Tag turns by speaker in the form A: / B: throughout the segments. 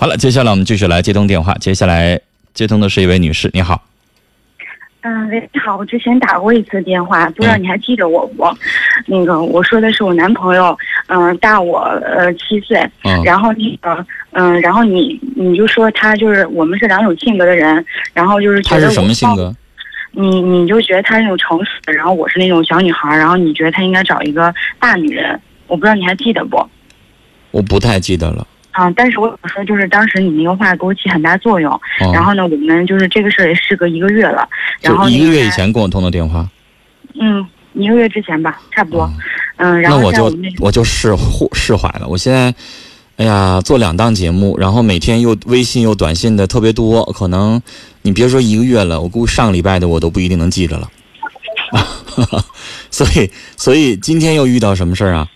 A: 好了，接下来我们继续来接通电话。接下来接通的是一位女士，你好。
B: 嗯，喂，你好，我之前打过一次电话，不知道
A: 嗯
B: 你还记得我不？那个我说的是我男朋友，嗯、大我呃七岁，
A: 嗯
B: 然后那个嗯、然后你你就说他就是我们是两种性格的人，然后就是觉
A: 她
B: 得
A: 是什
B: 我
A: 么性？格？
B: 你你就觉得他是那种成熟的，然后我是那种小女孩儿，然后你觉得他应该找一个大女人，我不知道你还记得不？
A: 我不太记得了。
B: 啊，但是我想说，就是当时你那个话给我起很大作用，
A: 嗯、
B: 然后呢，我们就是这个事儿也事隔一个月了，然后
A: 就一
B: 那
A: 个月以
B: 他
A: 前跟我通的电话。
B: 嗯，一个月之前吧，差不多。
A: 嗯
B: 嗯，然
A: 那
B: 后
A: 我
B: 在
A: 就
B: 们那
A: 我就释乎释怀了。我现在，哎呀，做两档节目，然后每天又微信又短信的特别多，可能你别说一个月了，我估计上礼拜的我都不一定能记着了。 所以，所以今天又遇到什么事儿啊？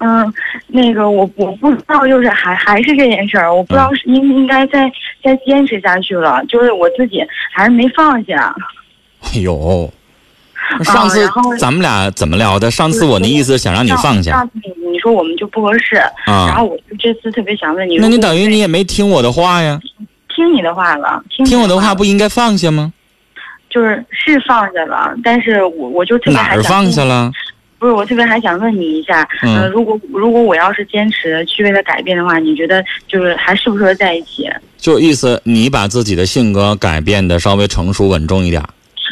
B: 嗯，那个我我不知道，就是还还是这件事儿，我不知
A: 嗯
B: 道是应应该再再坚持下去了，就是我自己还是没放下。
A: 哎呦，上次
B: 啊然后
A: 咱们俩怎么聊的？上次我那意思想啊让你放下
B: 上次你你说我们就不合适，然
A: 啊
B: 后，我就这次特别想问你，
A: 那你
B: 如果
A: 等于你也没听我的话呀？
B: 听你的话了，听
A: 听我的
B: 的
A: 话
B: 了
A: 不应该放下吗？
B: 就是是放下了，但是我我就特别
A: 哪
B: 还
A: 儿
B: 想
A: 放
B: 问
A: 下
B: 你？
A: 了？
B: 不是，我特别还想问你一下，呃，
A: 嗯，
B: 如果如果我要是坚持去为他改变的话，你觉得就是还适不适合在一起？
A: 就意思你把自己的性格改变的稍微成熟稳重一点儿。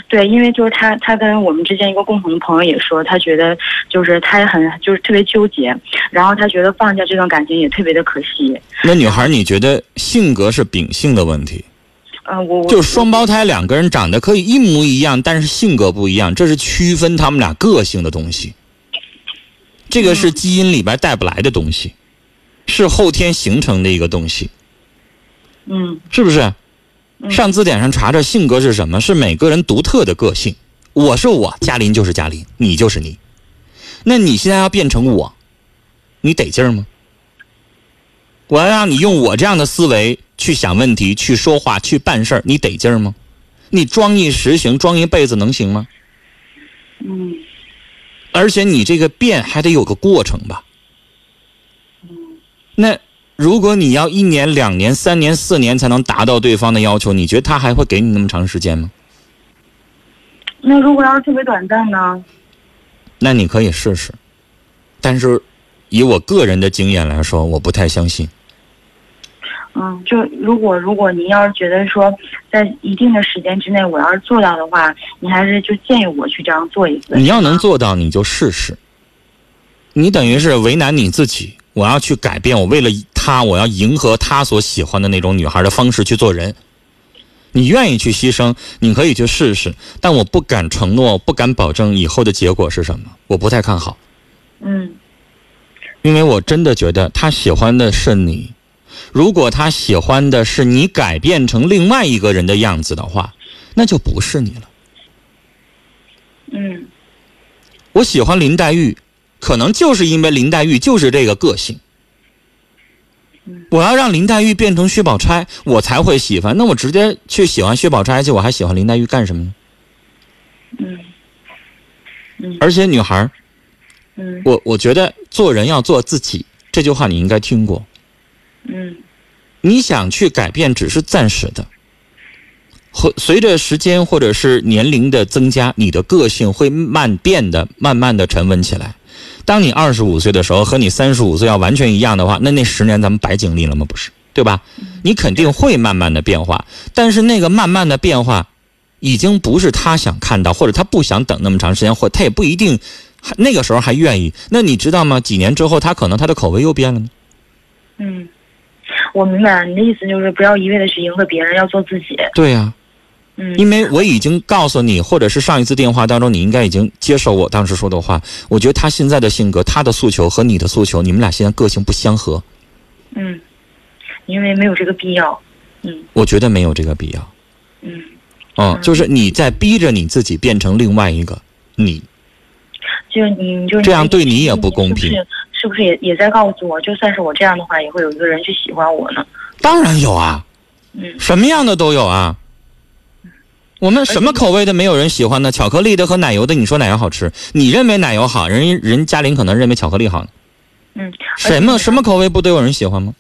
B: 对，因为就是他，他跟我们之间一个共同的朋友也说，他觉得就是他也很就是特别纠结，然后他觉得放下这段感情也特别的可惜。
A: 那女孩，你觉得性格是秉性的问题？
B: 嗯、我我
A: 就是双胞胎两个人长得可以一模一样，但是性格不一样，这是区分他们俩个性的东西。这个是基因里边带不来的东西，是后天形成的一个东西，
B: 嗯
A: 是不是？
B: 嗯
A: 上字典上查查性格是什么，是每个人独特的个性。我是我，嘉林就是嘉林，你就是你。那你现在要变成我，你得劲儿吗？我要让你用我这样的思维去想问题、去说话、去办事儿，你得劲儿吗？你装一时行，装一辈子能行吗？
B: 嗯
A: 而且你这个变还得有个过程吧？那如果你要一年、两年、三年、四年才能达到对方的要求，你觉得他还会给你那么长时间吗？
B: 那如果要是特别短暂呢？
A: 那你可以试试，但是以我个人的经验来说，我不太相信。
B: 嗯，就如果如果您要是觉得说在一定的时间之内我要是做到的话，你还是就建议我去这样做一次。
A: 你要能做到，你就试试。你等于是为难你自己。我要去改变，我为了他，我要迎合他所喜欢的那种女孩的方式去做人。你愿意去牺牲，你可以去试试，但我不敢承诺，不敢保证以后的结果是什么，我不太看好。
B: 嗯
A: 因为我真的觉得他喜欢的是你。如果他喜欢的是你改变成另外一个人的样子的话，那就不是你了。
B: 嗯
A: 我喜欢林黛玉，可能就是因为林黛玉就是这个个性
B: 嗯。
A: 我要让林黛玉变成薛宝钗，我才会喜欢。那我直接去喜欢薛宝钗去，我还喜欢林黛玉干什么呢？
B: 嗯嗯
A: 而且女孩儿，
B: 嗯
A: 我我觉得做人要做自己，这句话你应该听过。
B: 嗯
A: 你想去改变只是暂时的，和随着时间或者是年龄的增加，你的个性会慢变的，慢慢的沉稳起来。当你二十五岁的时候和你三十五岁要完全一样的话，那那十年咱们白经历了吗？不是，对吧？你肯定会慢慢的变化，但是那个慢慢的变化，已经不是他想看到，或者他不想等那么长时间，或者他也不一定还那个时候还愿意。那你知道吗？几年之后，他可能他的口味又变了呢。
B: 嗯，我明白了你的意思，就是不要一味的去迎合别人，要做自己。
A: 对呀、
B: 嗯
A: 因为我已经告诉你，或者是上一次电话当中，你应该已经接受我当时说的话。我觉得他现在的性格、他的诉求和你的诉求，你们俩现在个性不相合，
B: 嗯，因为没有这个必要。
A: 我觉得没有这个必要。
B: 嗯，
A: 嗯，就是你在逼着你自己变成另外一个你。
B: 就你你就是
A: 这样对你也不公平
B: 是不是是不是也也在告诉我，就算是我这样的话，也会有一个人去喜欢我呢？
A: 当然有啊，
B: 嗯
A: 什么样的都有啊。我们什么口味的没有人喜欢呢？巧克力的和奶油的，你说哪个好吃？你认为奶油好，人人家林可能认为巧克力好呢。
B: 嗯，而且
A: 什么什么口味不都有人喜欢吗？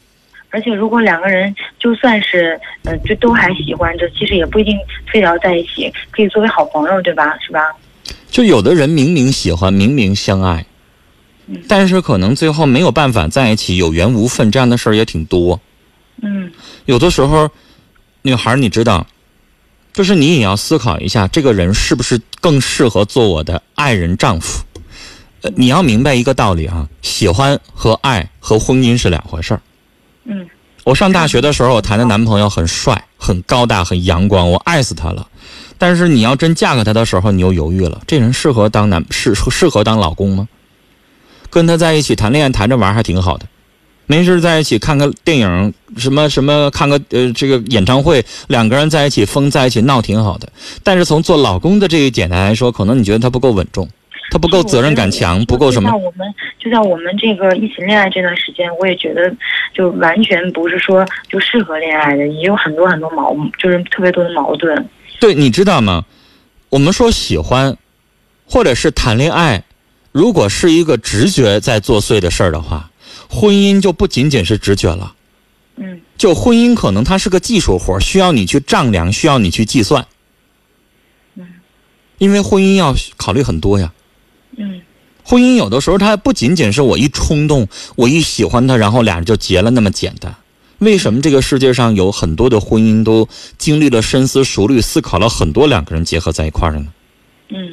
B: 而且如果两个人就算是嗯、呃就都还喜欢着，其实也不一定非得要在一起，可以作为好朋友，对吧？是吧？
A: 就有的人明明喜欢，明明相爱
B: 嗯，
A: 但是可能最后没有办法在一起，有缘无分这样的事儿也挺多。
B: 嗯
A: 有的时候，女孩儿你知道，就是你也要思考一下，这个人是不是更适合做我的爱人、丈夫。呃，你要明白一个道理啊，喜欢和爱和婚姻是两回事儿。
B: 嗯
A: 我上大学的时候，我谈的男朋友很帅、很高大、很阳光，我爱死他了。但是你要真嫁给他的时候，你又犹豫了，这人适合当男适适合当老公吗？跟他在一起谈恋爱谈着玩儿还挺好的，没事儿在一起看个电影，什么什么看个呃这个演唱会，两个人在一起疯在一起闹挺好的。但是从做老公的这一点来说，可能你觉得他不够稳重，他不够责任感强，不够什么
B: 就在我们就在我们这个一起恋爱这段时间，我也觉得就完全不是说就适合恋爱的，也有很多很多矛，就是特别多的矛盾。
A: 对，你知道吗？我们说喜欢，或者是谈恋爱，如果是一个直觉在作祟的事儿的话，婚姻就不仅仅是直觉了。
B: 嗯
A: 就婚姻可能它是个技术活儿，需要你去丈量，需要你去计算。
B: 嗯
A: 因为婚姻要考虑很多呀。
B: 嗯
A: 婚姻有的时候它不仅仅是我一冲动，我一喜欢他，然后俩人就结了那么简单。为什么这个世界上有很多的婚姻都经历了深思熟虑，思考了很多两个人结合在一块儿的呢？
B: 嗯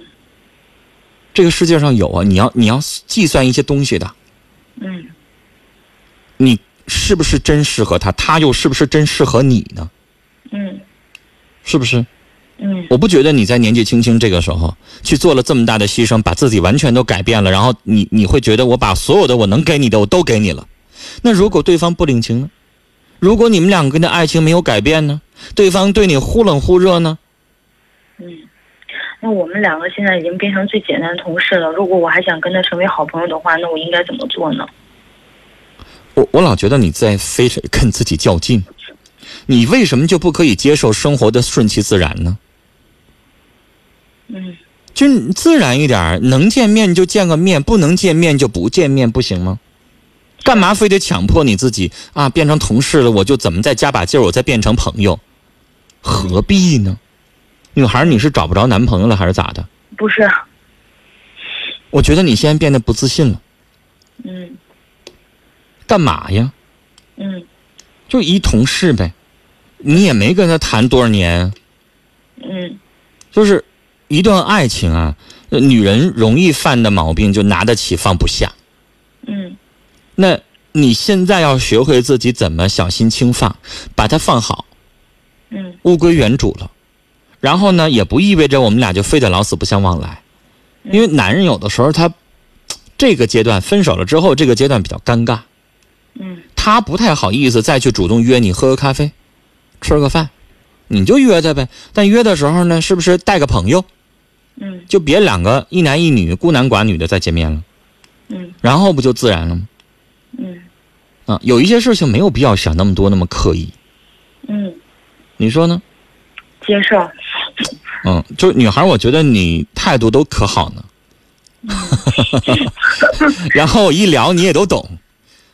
A: 这个世界上有啊，你要你要计算一些东西的，
B: 嗯
A: 你是不是真适合他，他又是不是真适合你呢？
B: 嗯
A: 是不是？
B: 嗯
A: 我不觉得你在年纪轻轻这个时候去做了这么大的牺牲，把自己完全都改变了，然后你你会觉得我把所有的我能给你的我都给你了，那如果对方不领情呢？如果你们两个人的爱情没有改变呢？对方对你忽冷忽热呢？
B: 嗯。那我们两个现在已经变成最简单的同事了。如果我还想跟他成为好朋友的话，那我应该怎么做呢？
A: 我我老觉得你在非常跟自己较劲，你为什么就不可以接受生活的顺其自然呢？
B: 嗯
A: 就你自然一点儿，能见面就见个面，不能见面就不见面，不行吗？干嘛非得强迫你自己啊？变成同事了，我就怎么再加把劲儿，我再变成朋友，何必呢？女孩儿，你是找不着男朋友了还是咋的？
B: 不是，啊
A: 我觉得你现在变得不自信了，
B: 嗯
A: 干嘛呀？
B: 嗯
A: 就一同事呗，你也没跟他谈多少年，
B: 嗯
A: 就是一段爱情啊，呃女人容易犯的毛病就拿得起放不下。
B: 嗯
A: 那你现在要学会自己怎么小心轻放，把它放好，
B: 嗯
A: 物归原主了。然后呢，也不意味着我们俩就非得老死不相往来，
B: 嗯
A: 因为男人有的时候他这个阶段分手了之后，这个阶段比较尴尬，
B: 嗯
A: 他不太好意思再去主动约你喝个咖啡，吃个饭，你就约他呗。但约的时候呢，是不是带个朋友，
B: 嗯
A: 就别两个一男一女孤男寡女的再见面了，
B: 嗯
A: 然后不就自然了吗？
B: 嗯
A: 啊，有一些事情没有必要想那么多，那么刻意，
B: 嗯，
A: 你说呢？
B: 接受。
A: 嗯，就是女孩，我觉得你态度都可好呢。然后我一聊你也都懂，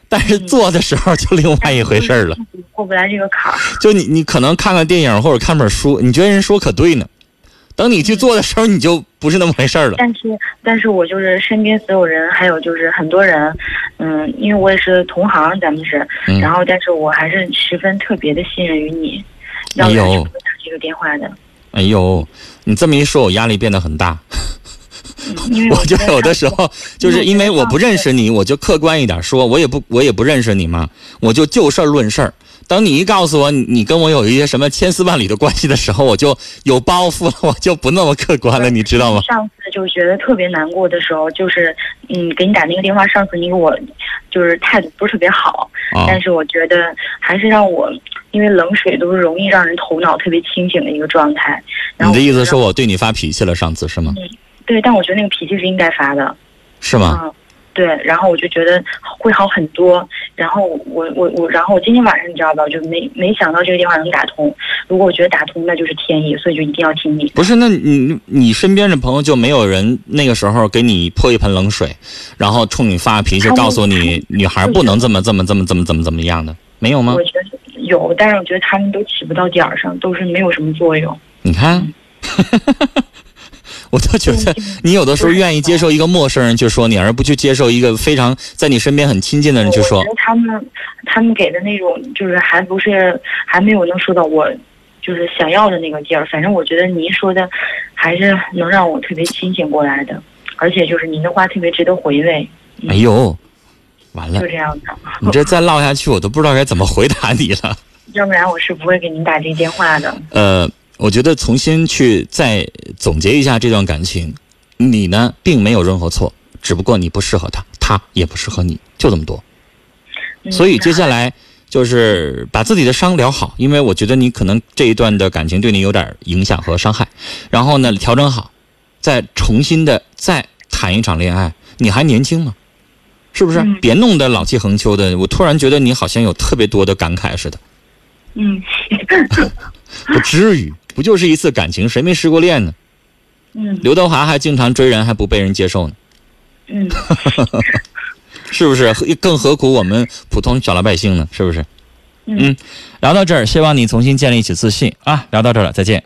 A: 但是做的时候就另外一回事儿了。
B: 过不来这个坎儿。
A: 就你你可能看看电影或者看本书，你觉得人说可对呢，等你去做的时候你就不是那么回事儿了。
B: 但是，但是我就是身边所有人，还有就是很多人，嗯，因为我也是同行，咱们是，
A: 嗯
B: 然后，但是我还是十分特别的信任于你，要
A: 哎
B: 不
A: 呦
B: 然是不会打这个电话的。
A: 哎呦，你这么一说，我压力变得很大。
B: 嗯、因 为
A: 我就
B: 觉得
A: 有的时 候就是因为我不认识你，我就客观一点说，我也不我也不认识你嘛，我就就事儿论事儿。等你一告诉我你你跟我有一些什么千丝万缕的关系的时候，我就有包袱了，我就不那么客观了，你知道吗？
B: 上次就觉得特别难过的时候，就是嗯，给你打那个电话，上次你给我就是态度不是特别好，
A: 啊，
B: 但是我觉得还是让我，因为冷水都是容易让人头脑特别清醒的一个状态。然
A: 你
B: 后
A: 的
B: 我
A: 意
B: 觉
A: 思
B: 得
A: 说我对你发脾气了，上次是吗？
B: 嗯对，但我觉得那个脾气是应该发的。
A: 是吗？
B: 嗯，对，然后我就觉得会好很多。然后我我我，然后我今天晚上你知道吧，我就没没想到这个电话能打通。如果我觉得打通，那就是天意，所以就一定要听你。
A: 不是，那你你身边的朋友就没有人那个时候给你泼一盆冷水，然后冲你发脾气，
B: 他们
A: 告诉你女孩不能这么这么这么这么怎么怎么样的？没有吗
B: 我？觉得有，但是我觉得他们都起不到点儿上，都是没有什么作用。
A: 你看， 我 都觉得
B: 嗯
A: 你有的时候愿意接受一个陌生人去说你，而不去接受一个非常在你身边很亲近的人去
B: 我
A: 说
B: 觉。得他们他们给的那种就是还不是还没有能说到我就是想要的那个地儿。反正我觉得您说的还是能让我特别清醒过来的，而且就是您的话特别值得回味，嗯
A: 哎呦，完了
B: 就，这样的。
A: 你这再唠下去，我都不知道该怎么回答你了。
B: 要不然我是不会给您打这个电话的。
A: 呃，我觉得重新去再总结一下这段感情，你呢并没有任何错，只不过你不适合他，他也不适合你，就这么多。
B: 嗯
A: 所以接下来就是把自己的伤疗好，因为我觉得你可能这一段的感情对你有点影响和伤害，然后呢调整好，再重新的再谈一场恋爱。你还年轻嘛，是不是？
B: 嗯
A: 别弄得老气横秋的。我突然觉得你好像有特别多的感慨似的，
B: 嗯
A: 不至于，不就是一次感情，谁没失过恋呢？
B: 嗯
A: 刘德华还经常追人，还不被人接受呢，
B: 嗯，
A: 是不是？更何苦我们普通小老百姓呢？是不是？
B: 嗯
A: 聊到这儿，希望你重新建立起自信啊！聊到这儿了，再见。